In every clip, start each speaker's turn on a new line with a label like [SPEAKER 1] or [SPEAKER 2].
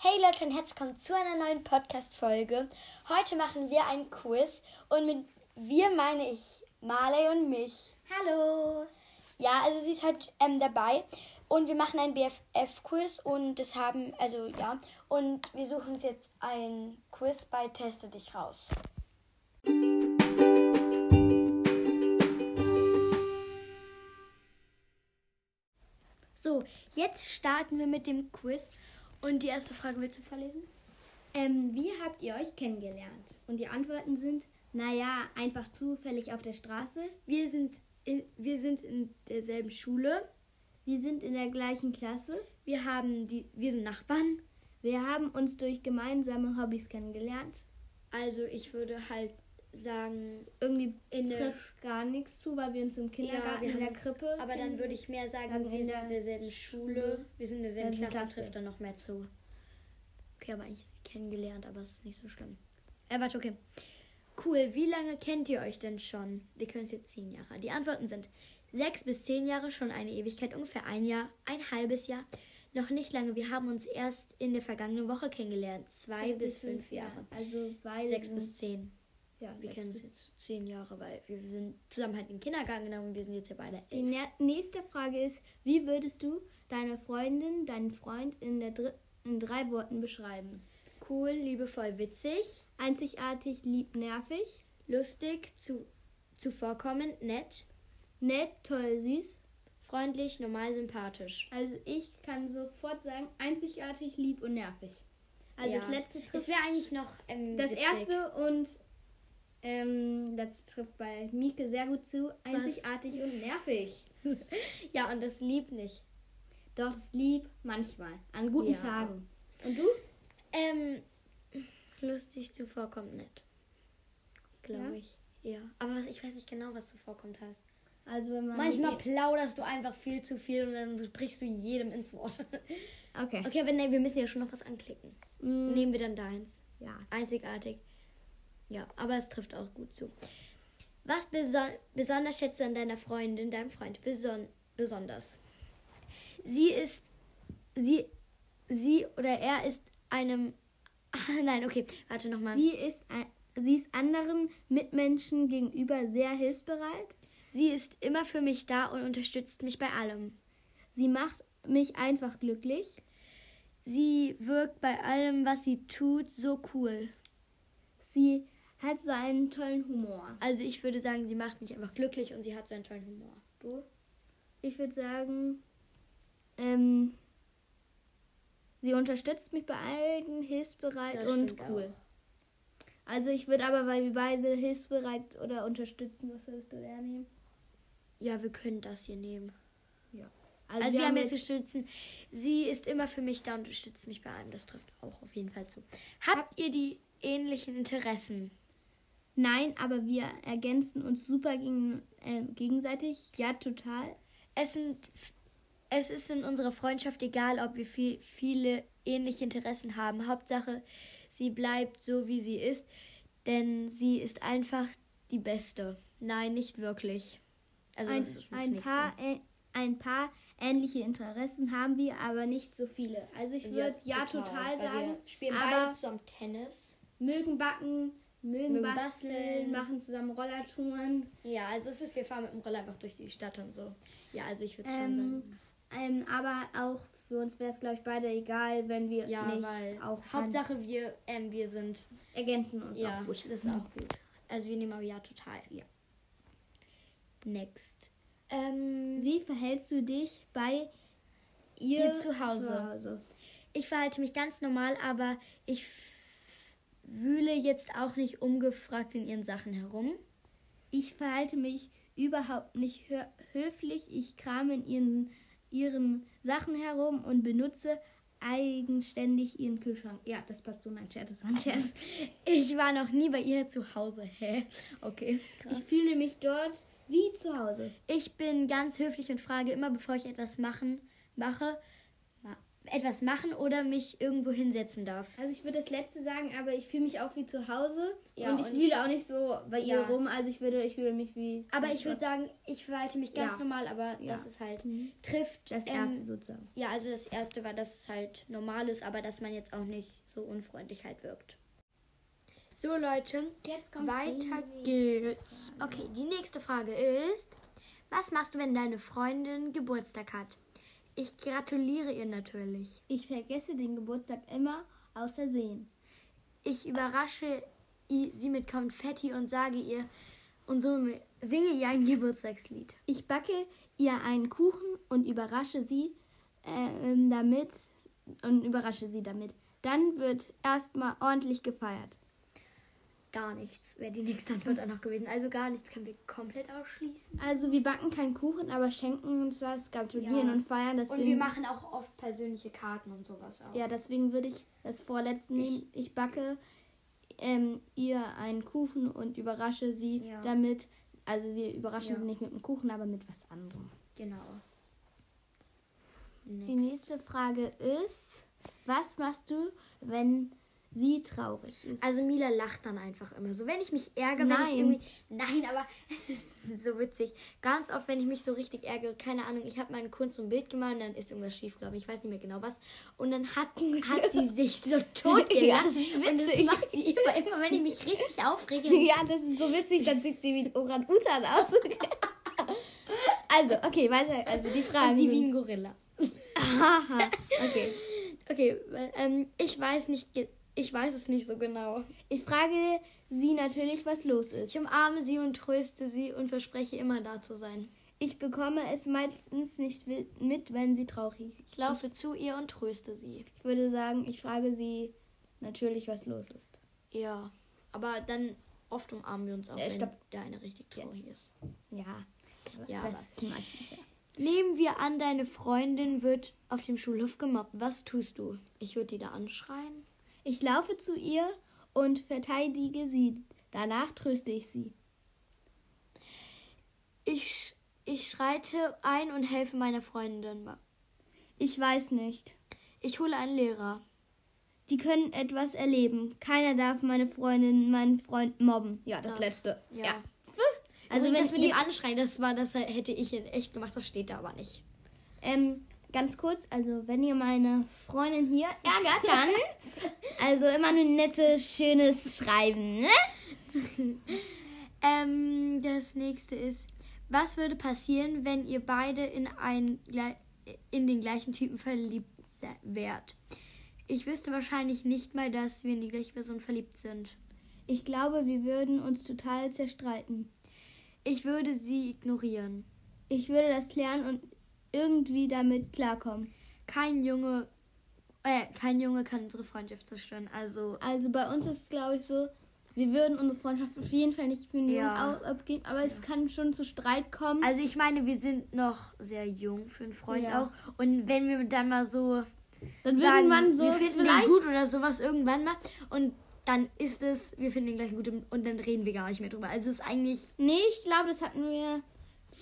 [SPEAKER 1] Hey Leute und herzlich willkommen zu einer neuen Podcast-Folge. Heute machen wir ein Quiz und mit wir meine ich Marley und mich.
[SPEAKER 2] Hallo.
[SPEAKER 1] Ja, also sie ist halt ähm, dabei und wir machen ein BFF-Quiz und das haben, also ja, und wir suchen uns jetzt ein Quiz bei Teste dich raus. So, jetzt starten wir mit dem Quiz und die erste Frage willst du vorlesen?
[SPEAKER 2] Ähm, wie habt ihr euch kennengelernt? Und die Antworten sind, naja, einfach zufällig auf der Straße. Wir sind in, wir sind in derselben Schule. Wir sind in der gleichen Klasse. Wir, haben die, wir sind Nachbarn. Wir haben uns durch gemeinsame Hobbys kennengelernt.
[SPEAKER 3] Also ich würde halt sagen,
[SPEAKER 2] Irgendwie
[SPEAKER 3] In der-
[SPEAKER 2] trifft gar nichts zu, weil wir uns im Kindergarten
[SPEAKER 3] wir
[SPEAKER 2] in der
[SPEAKER 3] haben-
[SPEAKER 2] Krippe.
[SPEAKER 3] aber dann würde ich mehr
[SPEAKER 2] Dann
[SPEAKER 3] sagen,
[SPEAKER 2] in
[SPEAKER 3] wir sind
[SPEAKER 2] der
[SPEAKER 3] in derselben Schule, wir sind in derselben
[SPEAKER 2] derselben
[SPEAKER 3] Klasse,
[SPEAKER 2] Klasse.
[SPEAKER 3] trifft dann noch mehr zu. Okay, aber eigentlich ist wir kennengelernt, aber es ist nicht so schlimm. Äh, warte, okay. Cool, wie lange kennt ihr euch denn schon? Wir können es jetzt zehn Jahre. Die Antworten sind sechs bis zehn Jahre, schon eine Ewigkeit, ungefähr ein Jahr, ein halbes Jahr, noch nicht lange. Wir haben uns erst in der vergangenen Woche kennengelernt. Zwei bis fünf Jahre.
[SPEAKER 2] Also beide
[SPEAKER 3] Sechs
[SPEAKER 2] sind-
[SPEAKER 3] bis zehn.
[SPEAKER 2] Ja,
[SPEAKER 3] Wir
[SPEAKER 2] sechs
[SPEAKER 3] kennen uns
[SPEAKER 2] bis
[SPEAKER 3] jetzt zehn Jahre, weil wir sind zusammen halt in den Kindergarten gegangen und wir sind jetzt ja beide
[SPEAKER 2] Die
[SPEAKER 3] elf.
[SPEAKER 2] nä- nächste Frage ist, wie würdest du deine Freundin, deinen Freund in, der dr in drei Worten beschreiben?
[SPEAKER 3] Cool, liebevoll, witzig,
[SPEAKER 2] Einzigartig, lieb, nervig,
[SPEAKER 3] lustig, zu, zuvorkommend, nett,
[SPEAKER 2] nett, toll, süß.
[SPEAKER 3] freundlich, normal, sympathisch.
[SPEAKER 2] Also ich kann sofort sagen, einzigartig, lieb und nervig. Also
[SPEAKER 3] Ja.
[SPEAKER 2] das letzte
[SPEAKER 3] Das
[SPEAKER 2] trifft
[SPEAKER 3] wäre eigentlich noch ähm,
[SPEAKER 2] das
[SPEAKER 3] witzig.
[SPEAKER 2] erste und ähm, das trifft bei Mieke sehr gut zu. Einzigartig und nervig.
[SPEAKER 3] Ja, und das lieb nicht.
[SPEAKER 2] Doch, das lieb manchmal. An guten
[SPEAKER 3] Ja.
[SPEAKER 2] Tagen. Und du?
[SPEAKER 3] Ähm, lustig, zuvorkommend, nett. Glaube
[SPEAKER 2] Ja?
[SPEAKER 3] ich. Ja. Aber was, ich weiß nicht genau, was zuvorkommt heißt.
[SPEAKER 2] Also wenn man
[SPEAKER 3] Manchmal plauderst du einfach viel zu viel und dann sprichst du jedem ins Wort.
[SPEAKER 2] Okay.
[SPEAKER 3] okay, aber nee, wir müssen ja schon noch was anklicken.
[SPEAKER 2] Mm,
[SPEAKER 3] Nehmen wir dann deins.
[SPEAKER 2] Ja,
[SPEAKER 3] Einzigartig. Ja, aber es trifft auch gut zu. Was beson besonders schätzt du an deiner Freundin, deinem Freund? Beson besonders. Sie ist. Sie. Sie oder er ist einem. Nein, okay, warte nochmal. Sie,
[SPEAKER 2] Sie ist, ein- sie ist anderen Mitmenschen gegenüber sehr hilfsbereit.
[SPEAKER 3] sie ist immer für mich da und unterstützt mich bei allem.
[SPEAKER 2] Sie macht mich einfach glücklich.
[SPEAKER 3] Sie wirkt bei allem, was sie tut, so cool.
[SPEAKER 2] Sie hat so einen tollen Humor.
[SPEAKER 3] Also ich würde sagen, sie macht mich einfach glücklich und sie hat so einen tollen Humor. Du?
[SPEAKER 2] Ich würde sagen, ähm, sie unterstützt mich bei allen hilfsbereit
[SPEAKER 3] Das
[SPEAKER 2] und
[SPEAKER 3] stimmt
[SPEAKER 2] cool. Also ich würde aber, weil wir beide hilfsbereit oder unterstützen, was würdest du eher nehmen?
[SPEAKER 3] Ja, wir können das hier nehmen.
[SPEAKER 2] Also,
[SPEAKER 3] Also wir haben jetzt gestützen, sie ist immer für mich da und unterstützt mich bei allem. Das trifft auch auf jeden Fall zu. Habt ihr die ähnlichen Interessen?
[SPEAKER 2] Nein, aber wir ergänzen uns super gegen, äh, gegenseitig. Ja, total.
[SPEAKER 3] Es, sind, es ist in unserer Freundschaft egal, ob wir viel, viele ähnliche Interessen haben. Hauptsache, sie bleibt so, wie sie ist, denn sie ist einfach die Beste. Nein, nicht wirklich. Also
[SPEAKER 2] ein,
[SPEAKER 3] das ist
[SPEAKER 2] ein,
[SPEAKER 3] nicht
[SPEAKER 2] paar, ä- ein paar ähnliche Interessen haben wir, aber nicht so viele. Also ich
[SPEAKER 3] so.
[SPEAKER 2] würde ja total,
[SPEAKER 3] weil
[SPEAKER 2] sagen,
[SPEAKER 3] wir spielen
[SPEAKER 2] aber
[SPEAKER 3] beide zusammen Tennis.
[SPEAKER 2] mögen backen, mögen,
[SPEAKER 3] Mögen
[SPEAKER 2] basteln,
[SPEAKER 3] basteln.
[SPEAKER 2] machen zusammen Rollertouren.
[SPEAKER 3] Ja, also es ist, wir fahren mit dem Roller einfach durch die Stadt und so. Ja, also ich würde schon sagen.
[SPEAKER 2] Ähm, ähm, aber auch für uns wäre es, glaube ich, beide egal, wenn wir
[SPEAKER 3] Ja,
[SPEAKER 2] nicht
[SPEAKER 3] weil
[SPEAKER 2] auch
[SPEAKER 3] Hauptsache wir, ähm, wir sind.
[SPEAKER 2] an- ergänzen uns
[SPEAKER 3] Ja,
[SPEAKER 2] auch Mhm. gut.
[SPEAKER 3] das ist auch gut. Also wir nehmen auch ja total. Ja. Next. Ähm,
[SPEAKER 2] Wie verhältst du dich bei ihr,
[SPEAKER 3] Ihr zu Hause.
[SPEAKER 2] zu Hause?
[SPEAKER 3] ich verhalte mich ganz normal, aber ich f- wühle jetzt auch nicht ungefragt in ihren Sachen herum.
[SPEAKER 2] Ich verhalte mich überhaupt nicht hö höflich. Ich krame in ihren, ihren Sachen herum und benutze eigenständig ihren Kühlschrank. Ja, das passt so. Nein, Scherz, das war ein Scherz.
[SPEAKER 3] Ich war noch nie bei ihr zu Hause. Hä? Okay.
[SPEAKER 2] Ich fühle mich dort wie zu Hause.
[SPEAKER 3] Ich bin ganz höflich und frage immer, bevor ich etwas machen mache, ma etwas machen oder mich irgendwo hinsetzen darf.
[SPEAKER 2] Also ich würde das letzte sagen, aber ich fühle mich auch wie zu Hause
[SPEAKER 1] Ja,
[SPEAKER 2] und ich
[SPEAKER 1] und-
[SPEAKER 2] fühle auch nicht so bei ihr
[SPEAKER 3] Ja.
[SPEAKER 2] rum, also ich würde ich würde mich wie
[SPEAKER 3] Aber ich würde sagen, ich verhalte mich ganz
[SPEAKER 2] Ja.
[SPEAKER 3] normal, aber
[SPEAKER 2] Ja. Mhm.
[SPEAKER 3] das ist halt trifft
[SPEAKER 2] das
[SPEAKER 3] ähm,
[SPEAKER 2] erste sozusagen.
[SPEAKER 3] Ja, also das erste war, dass es halt normal ist, aber dass man jetzt auch nicht so unfreundlich halt wirkt. So Leute,
[SPEAKER 2] Jetzt kommt
[SPEAKER 3] weiter geht's. Okay, die nächste Frage ist, was machst du, wenn deine Freundin Geburtstag hat? Ich gratuliere ihr natürlich.
[SPEAKER 2] Ich vergesse den Geburtstag immer außer sehen.
[SPEAKER 3] Ich überrasche i- sie mit Konfetti und sage ihr und so singe ihr ein Geburtstagslied.
[SPEAKER 2] Ich backe ihr einen Kuchen und überrasche sie ähm, damit und überrasche sie damit. Dann wird erstmal ordentlich gefeiert.
[SPEAKER 3] Gar nichts wäre die nächste Antwort auch noch gewesen. Also gar nichts können wir komplett ausschließen.
[SPEAKER 2] Also wir backen keinen Kuchen, aber schenken uns was, gratulieren
[SPEAKER 3] Ja.
[SPEAKER 2] und feiern. Deswegen,
[SPEAKER 3] Und wir machen auch oft persönliche Karten und sowas auch.
[SPEAKER 2] ja, deswegen würde ich das vorletzte nehmen. Ich backe ähm, ihr einen Kuchen und überrasche sie
[SPEAKER 3] Ja.
[SPEAKER 2] damit. Also wir überraschen
[SPEAKER 3] Ja.
[SPEAKER 2] sie nicht mit einem Kuchen, aber mit was anderem.
[SPEAKER 3] Genau.
[SPEAKER 2] Die nächste Frage ist, was machst du, wenn sie traurig ist?
[SPEAKER 3] Also Mila lacht dann einfach immer so. Wenn ich mich ärgere, wenn
[SPEAKER 2] Nein.
[SPEAKER 3] ich irgendwie. Nein, aber es ist so witzig. Ganz oft, wenn ich mich so richtig ärgere, keine Ahnung, ich habe meinen Kunst so ein Bild gemalt und dann ist irgendwas schief, glaube ich. Ich weiß nicht mehr genau was. Und dann hat, hat sie sich so tot
[SPEAKER 2] Ja,
[SPEAKER 3] gelacht.
[SPEAKER 2] das ist
[SPEAKER 3] und das
[SPEAKER 2] witzig.
[SPEAKER 3] macht sie immer, immer wenn ich mich richtig aufrege. dann-
[SPEAKER 2] ja, das ist so witzig, dann sieht sie wie ein Orang-Utan aus. also, okay, weiter. Also die Fragen.
[SPEAKER 3] Und sie wie
[SPEAKER 2] sind-
[SPEAKER 3] ein Gorilla.
[SPEAKER 2] Haha, okay.
[SPEAKER 3] Okay, ähm, ich weiß nicht, ge- ich weiß es nicht so genau.
[SPEAKER 2] Ich frage sie natürlich, was los ist.
[SPEAKER 3] Ich umarme sie und tröste sie und verspreche immer da zu sein.
[SPEAKER 2] Ich bekomme es meistens nicht wi- mit, wenn sie traurig ist.
[SPEAKER 3] Ich laufe zu ihr und tröste sie.
[SPEAKER 2] Ich würde sagen, ich frage sie natürlich, was los ist.
[SPEAKER 3] Ja, aber dann oft umarmen wir uns auch,
[SPEAKER 2] Äh,
[SPEAKER 3] wenn
[SPEAKER 2] stopp.
[SPEAKER 3] der eine richtig traurig ist.
[SPEAKER 2] Ja.
[SPEAKER 3] Ja,
[SPEAKER 2] das
[SPEAKER 3] aber-
[SPEAKER 2] mag ich nicht.
[SPEAKER 3] Nehmen wir an, deine Freundin wird auf dem Schulhof gemobbt. Was tust du? Ich würde die da anschreien.
[SPEAKER 2] Ich laufe zu ihr und verteidige sie. Danach tröste ich sie.
[SPEAKER 3] Ich, sch- ich schreite ein und helfe meiner Freundin.
[SPEAKER 2] Ich weiß nicht.
[SPEAKER 3] Ich hole einen Lehrer.
[SPEAKER 2] Die können etwas erleben. Keiner darf meine Freundin, meinen Freund mobben. Ja, das,
[SPEAKER 3] Das,
[SPEAKER 2] letzte.
[SPEAKER 3] ja. Also
[SPEAKER 2] Also
[SPEAKER 3] Übrigens,
[SPEAKER 2] wenn
[SPEAKER 3] das mit
[SPEAKER 2] ihr-
[SPEAKER 3] dem Anschreien, das war, das hätte ich in echt gemacht, das steht da aber nicht.
[SPEAKER 2] Ähm, ganz kurz, also wenn ihr meine Freundin hier ärgert, dann also immer ein nettes, schönes Schreiben, ne?
[SPEAKER 3] Ähm, das nächste ist, was würde passieren, wenn ihr beide in, ein, gle- in den gleichen Typen verliebt se- wärt? Ich wüsste wahrscheinlich nicht mal, dass wir in die gleiche Person verliebt sind.
[SPEAKER 2] Ich glaube, wir würden uns total zerstreiten.
[SPEAKER 3] Ich würde sie ignorieren.
[SPEAKER 2] Ich würde das lernen und irgendwie damit klarkommen.
[SPEAKER 3] Kein Junge, äh, kein Junge kann unsere Freundschaft zerstören. Also,
[SPEAKER 2] Also bei uns ist es, glaube ich, so, wir würden unsere Freundschaft auf jeden Fall nicht für einen
[SPEAKER 3] Ja.
[SPEAKER 2] Jungen au- abgeben, aber es kann schon zu Streit kommen.
[SPEAKER 3] also ich meine, wir sind noch sehr jung für einen Freund
[SPEAKER 2] Ja.
[SPEAKER 3] auch. Und wenn wir dann mal so
[SPEAKER 2] dann würde
[SPEAKER 3] sagen,
[SPEAKER 2] man so
[SPEAKER 3] wir finden den
[SPEAKER 2] vielleicht-
[SPEAKER 3] gut oder sowas irgendwann mal und dann ist es, wir finden den gleichen gut und dann reden wir gar nicht mehr drüber. Also es ist eigentlich,
[SPEAKER 2] Nee, ich glaube, das hatten wir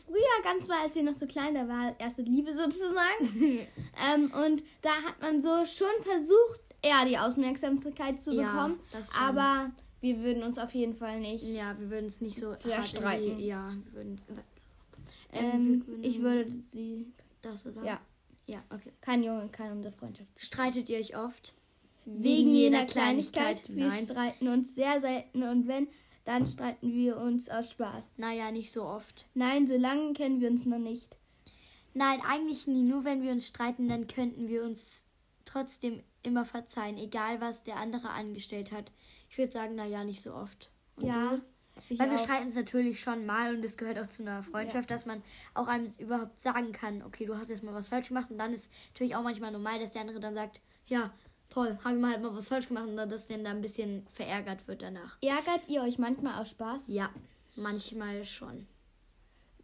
[SPEAKER 2] früher ganz mal, als wir noch so klein, da war erste Liebe sozusagen. ähm, und da hat man so schon versucht, eher die Aufmerksamkeit zu
[SPEAKER 3] Ja,
[SPEAKER 2] bekommen.
[SPEAKER 3] das schon.
[SPEAKER 2] aber wir würden uns auf jeden Fall nicht.
[SPEAKER 3] ja, wir würden es nicht so
[SPEAKER 2] Sehr
[SPEAKER 3] hart in die-
[SPEAKER 2] streiten.
[SPEAKER 3] Ja, wir würden,
[SPEAKER 2] Ähm,
[SPEAKER 3] wir würden-
[SPEAKER 2] ich würde sie.
[SPEAKER 3] das oder?
[SPEAKER 2] Ja,
[SPEAKER 3] Ja, okay.
[SPEAKER 2] kein Junge kann unsere Freundschaft.
[SPEAKER 3] Streitet ihr euch oft?
[SPEAKER 2] Wegen jeder Kleinigkeit. Wir
[SPEAKER 3] Nein.
[SPEAKER 2] streiten uns sehr selten und wenn, dann streiten wir uns aus Spaß.
[SPEAKER 3] Naja, nicht so oft.
[SPEAKER 2] Nein, so lange kennen wir uns noch nicht.
[SPEAKER 3] Nein, eigentlich nie. Nur wenn wir uns streiten, dann könnten wir uns trotzdem immer verzeihen, egal was der andere angestellt hat. Ich würde sagen, naja, nicht so oft. Und
[SPEAKER 2] ja.
[SPEAKER 3] du?
[SPEAKER 2] ich
[SPEAKER 3] Weil wir
[SPEAKER 2] auch.
[SPEAKER 3] streiten uns natürlich schon mal und es gehört auch zu einer Freundschaft, dass man auch einem überhaupt sagen kann, okay, du hast jetzt mal was falsch gemacht und dann ist natürlich auch manchmal normal, dass der andere dann sagt, ja, toll, habe ich mal halt mal was falsch gemacht und dann, dass der dann ein bisschen verärgert wird danach.
[SPEAKER 2] Ärgert ihr euch manchmal aus Spaß?
[SPEAKER 3] Ja, manchmal schon.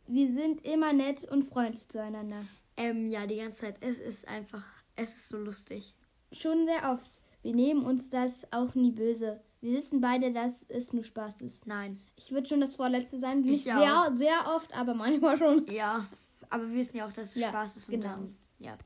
[SPEAKER 2] Wir sind immer nett und freundlich zueinander.
[SPEAKER 3] Ähm, ja, die ganze Zeit, es ist einfach, es ist so lustig.
[SPEAKER 2] Schon sehr oft. Wir nehmen uns das auch nie böse. Wir wissen beide, dass es nur Spaß ist.
[SPEAKER 3] Nein.
[SPEAKER 2] Ich würde schon das Vorletzte sein. Nicht
[SPEAKER 3] Ich
[SPEAKER 2] sehr,
[SPEAKER 3] auch.
[SPEAKER 2] sehr oft, aber manchmal schon.
[SPEAKER 3] Ja, aber wir wissen ja auch, dass es
[SPEAKER 2] Ja,
[SPEAKER 3] Spaß ist und
[SPEAKER 2] genau.
[SPEAKER 3] dann, ja.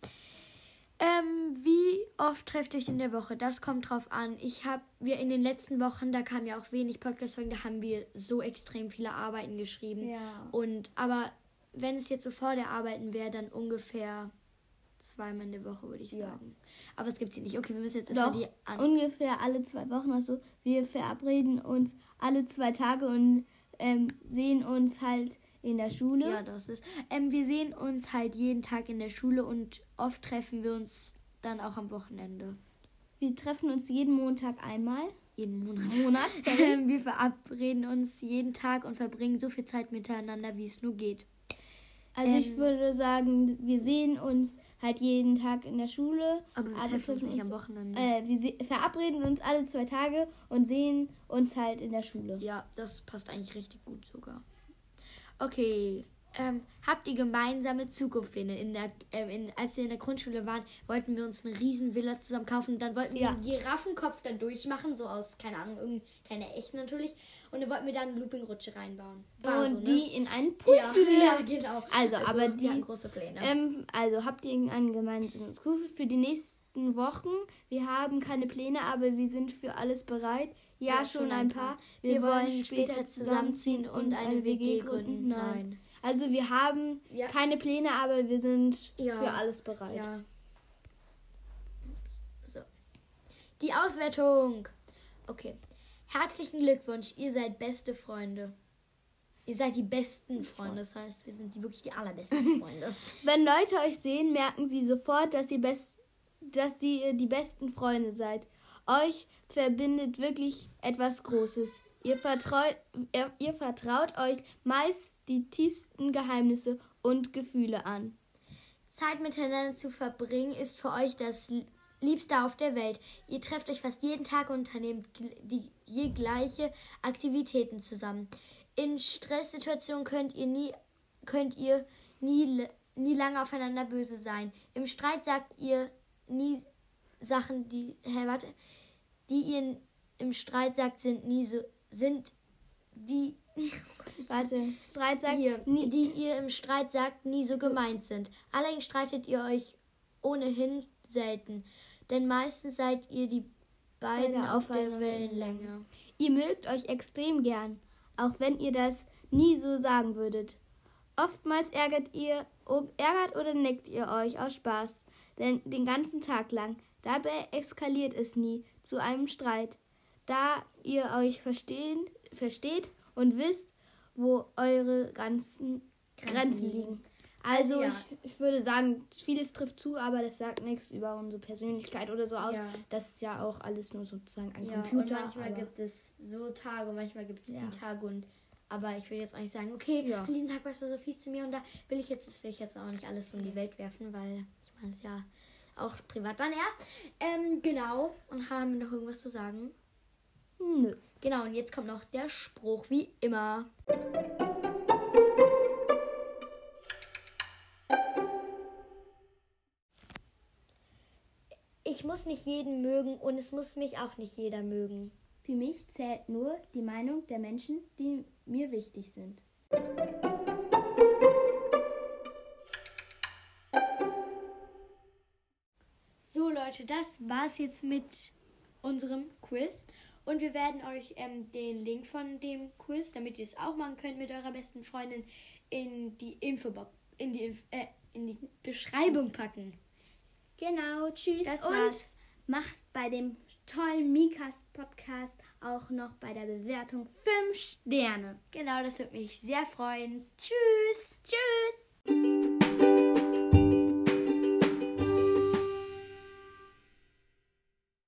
[SPEAKER 3] Ähm, wie oft trefft ihr euch in der Woche? Das kommt drauf an. Ich habe, wir in den letzten Wochen, da kam ja auch wenig Podcast-Folgen, da haben wir so extrem viele Arbeiten geschrieben.
[SPEAKER 2] Ja.
[SPEAKER 3] Und, aber wenn es jetzt so vor der Arbeiten wäre, dann ungefähr zweimal in der Woche, würde ich
[SPEAKER 2] Ja.
[SPEAKER 3] sagen. Aber es gibt sie nicht. Okay, wir müssen jetzt erstmal
[SPEAKER 2] Doch,
[SPEAKER 3] die an.
[SPEAKER 2] ungefähr alle zwei Wochen. Also wir verabreden uns alle zwei Tage und ähm, sehen uns halt in der Schule.
[SPEAKER 3] Ja, das ist. Ähm, wir sehen uns halt jeden Tag in der Schule und oft treffen wir uns dann auch am Wochenende.
[SPEAKER 2] Wir treffen uns jeden Montag einmal.
[SPEAKER 3] Jeden Monat.
[SPEAKER 2] Monat, sorry.
[SPEAKER 3] Ähm, wir verabreden uns jeden Tag und verbringen so viel Zeit miteinander, wie es nur geht.
[SPEAKER 2] Also ich
[SPEAKER 3] Ähm.
[SPEAKER 2] würde sagen, wir sehen uns halt jeden Tag in der Schule.
[SPEAKER 3] Aber wir treffen uns nicht am Wochenende.
[SPEAKER 2] Äh, wir se- verabreden uns alle zwei Tage und sehen uns halt in der Schule.
[SPEAKER 3] Ja, das passt eigentlich richtig gut sogar. Okay. Ähm, habt ihr gemeinsame Zukunftspläne? In der, ähm, in, als wir in der Grundschule waren, wollten wir uns eine riesen Villa zusammen kaufen und dann wollten wir
[SPEAKER 2] Ja.
[SPEAKER 3] einen Giraffenkopf da durchmachen, so aus, keine Ahnung, irgendeiner keine echten natürlich. Und dann wollten wir da eine Loopingrutsche reinbauen. War
[SPEAKER 2] und
[SPEAKER 3] so, ne?
[SPEAKER 2] die in einen Pool
[SPEAKER 3] ja.
[SPEAKER 2] führen.
[SPEAKER 3] ja, genau.
[SPEAKER 2] Also, aber
[SPEAKER 3] wir
[SPEAKER 2] die-
[SPEAKER 3] hatten große Pläne.
[SPEAKER 2] Ähm, also habt ihr irgendeinen gemeinsamen Skruf für die nächsten Wochen? Wir haben keine Pläne, aber wir sind für alles bereit. Ja, schon ein paar. Wir, wollen später zusammenziehen und eine WG gründen. Nein. Also wir haben
[SPEAKER 3] Ja.
[SPEAKER 2] keine Pläne, aber wir sind
[SPEAKER 3] Ja.
[SPEAKER 2] für alles bereit.
[SPEAKER 3] Ja. Ups, So. Die Auswertung. Okay. Herzlichen Glückwunsch, ihr seid beste Freunde. Ihr seid die besten Freunde, das heißt, wir sind die, wirklich die allerbesten Freunde.
[SPEAKER 2] Wenn Leute euch sehen, merken sie sofort, dass ihr, best, dass ihr die besten Freunde seid. Euch verbindet wirklich etwas Großes. Ihr vertraut, ihr, ihr vertraut euch meist die tiefsten Geheimnisse und Gefühle an.
[SPEAKER 3] Zeit miteinander zu verbringen ist für euch das L- Liebste auf der Welt. Ihr trefft euch fast jeden Tag und unternehmt gl- die je gleiche Aktivitäten zusammen. In Stresssituationen könnt ihr nie könnt ihr nie l- nie lange aufeinander böse sein. Im Streit sagt ihr nie Sachen, die hä, warte, die ihr in- im Streit sagt, sind nie so sind die
[SPEAKER 2] Warte, Streit sagt
[SPEAKER 3] ihr,
[SPEAKER 2] nie,
[SPEAKER 3] die ihr im Streit sagt, nie so, gemeint sind. Allerdings streitet ihr euch ohnehin selten, denn meistens seid ihr die beiden
[SPEAKER 2] Beide
[SPEAKER 3] auf
[SPEAKER 2] auf
[SPEAKER 3] der
[SPEAKER 2] einer
[SPEAKER 3] Wellenlänge.
[SPEAKER 2] Ihr mögt euch extrem gern, auch wenn ihr das nie so sagen würdet. Oftmals ärgert ihr o- ärgert oder neckt ihr euch aus Spaß, denn den ganzen Tag lang. Dabei eskaliert es nie zu einem Streit, da ihr euch verstehen, versteht und wisst, wo eure ganzen Grenzen, liegen. Also
[SPEAKER 3] Ja.
[SPEAKER 2] ich, ich würde sagen, vieles trifft zu, aber das sagt nichts über unsere Persönlichkeit oder so aus.
[SPEAKER 3] Ja.
[SPEAKER 2] Das ist ja auch alles nur sozusagen ein
[SPEAKER 3] Ja,
[SPEAKER 2] Computer.
[SPEAKER 3] und manchmal
[SPEAKER 2] aber-
[SPEAKER 3] gibt es so Tage, und manchmal gibt es
[SPEAKER 2] Ja.
[SPEAKER 3] die Tage und aber ich will jetzt auch nicht sagen, okay,
[SPEAKER 2] Ja.
[SPEAKER 3] an diesem Tag warst du so fies zu mir und da will ich jetzt, das will ich jetzt auch nicht alles um die Welt werfen, weil ich meine es ist ja auch privat dann, ja. Ähm, genau. Und haben wir noch irgendwas zu sagen?
[SPEAKER 2] Nö.
[SPEAKER 3] Genau, und jetzt kommt noch der Spruch, wie immer. Ich muss nicht jeden mögen und es muss mich auch nicht jeder mögen.
[SPEAKER 2] Für mich zählt nur die Meinung der Menschen, die mir wichtig sind.
[SPEAKER 3] So Leute, das war's jetzt mit unserem Quiz. Und wir werden euch ähm, den Link von dem Quiz, damit ihr es auch machen könnt mit eurer besten Freundin, in die Infobox, in die, Inf äh, in die Beschreibung packen.
[SPEAKER 2] Genau, tschüss
[SPEAKER 3] Das
[SPEAKER 2] und
[SPEAKER 3] war's.
[SPEAKER 2] macht bei dem tollen Mikas Podcast auch noch bei der Bewertung 5 Sterne.
[SPEAKER 3] Genau, das würde mich sehr freuen. Tschüss. Tschüss.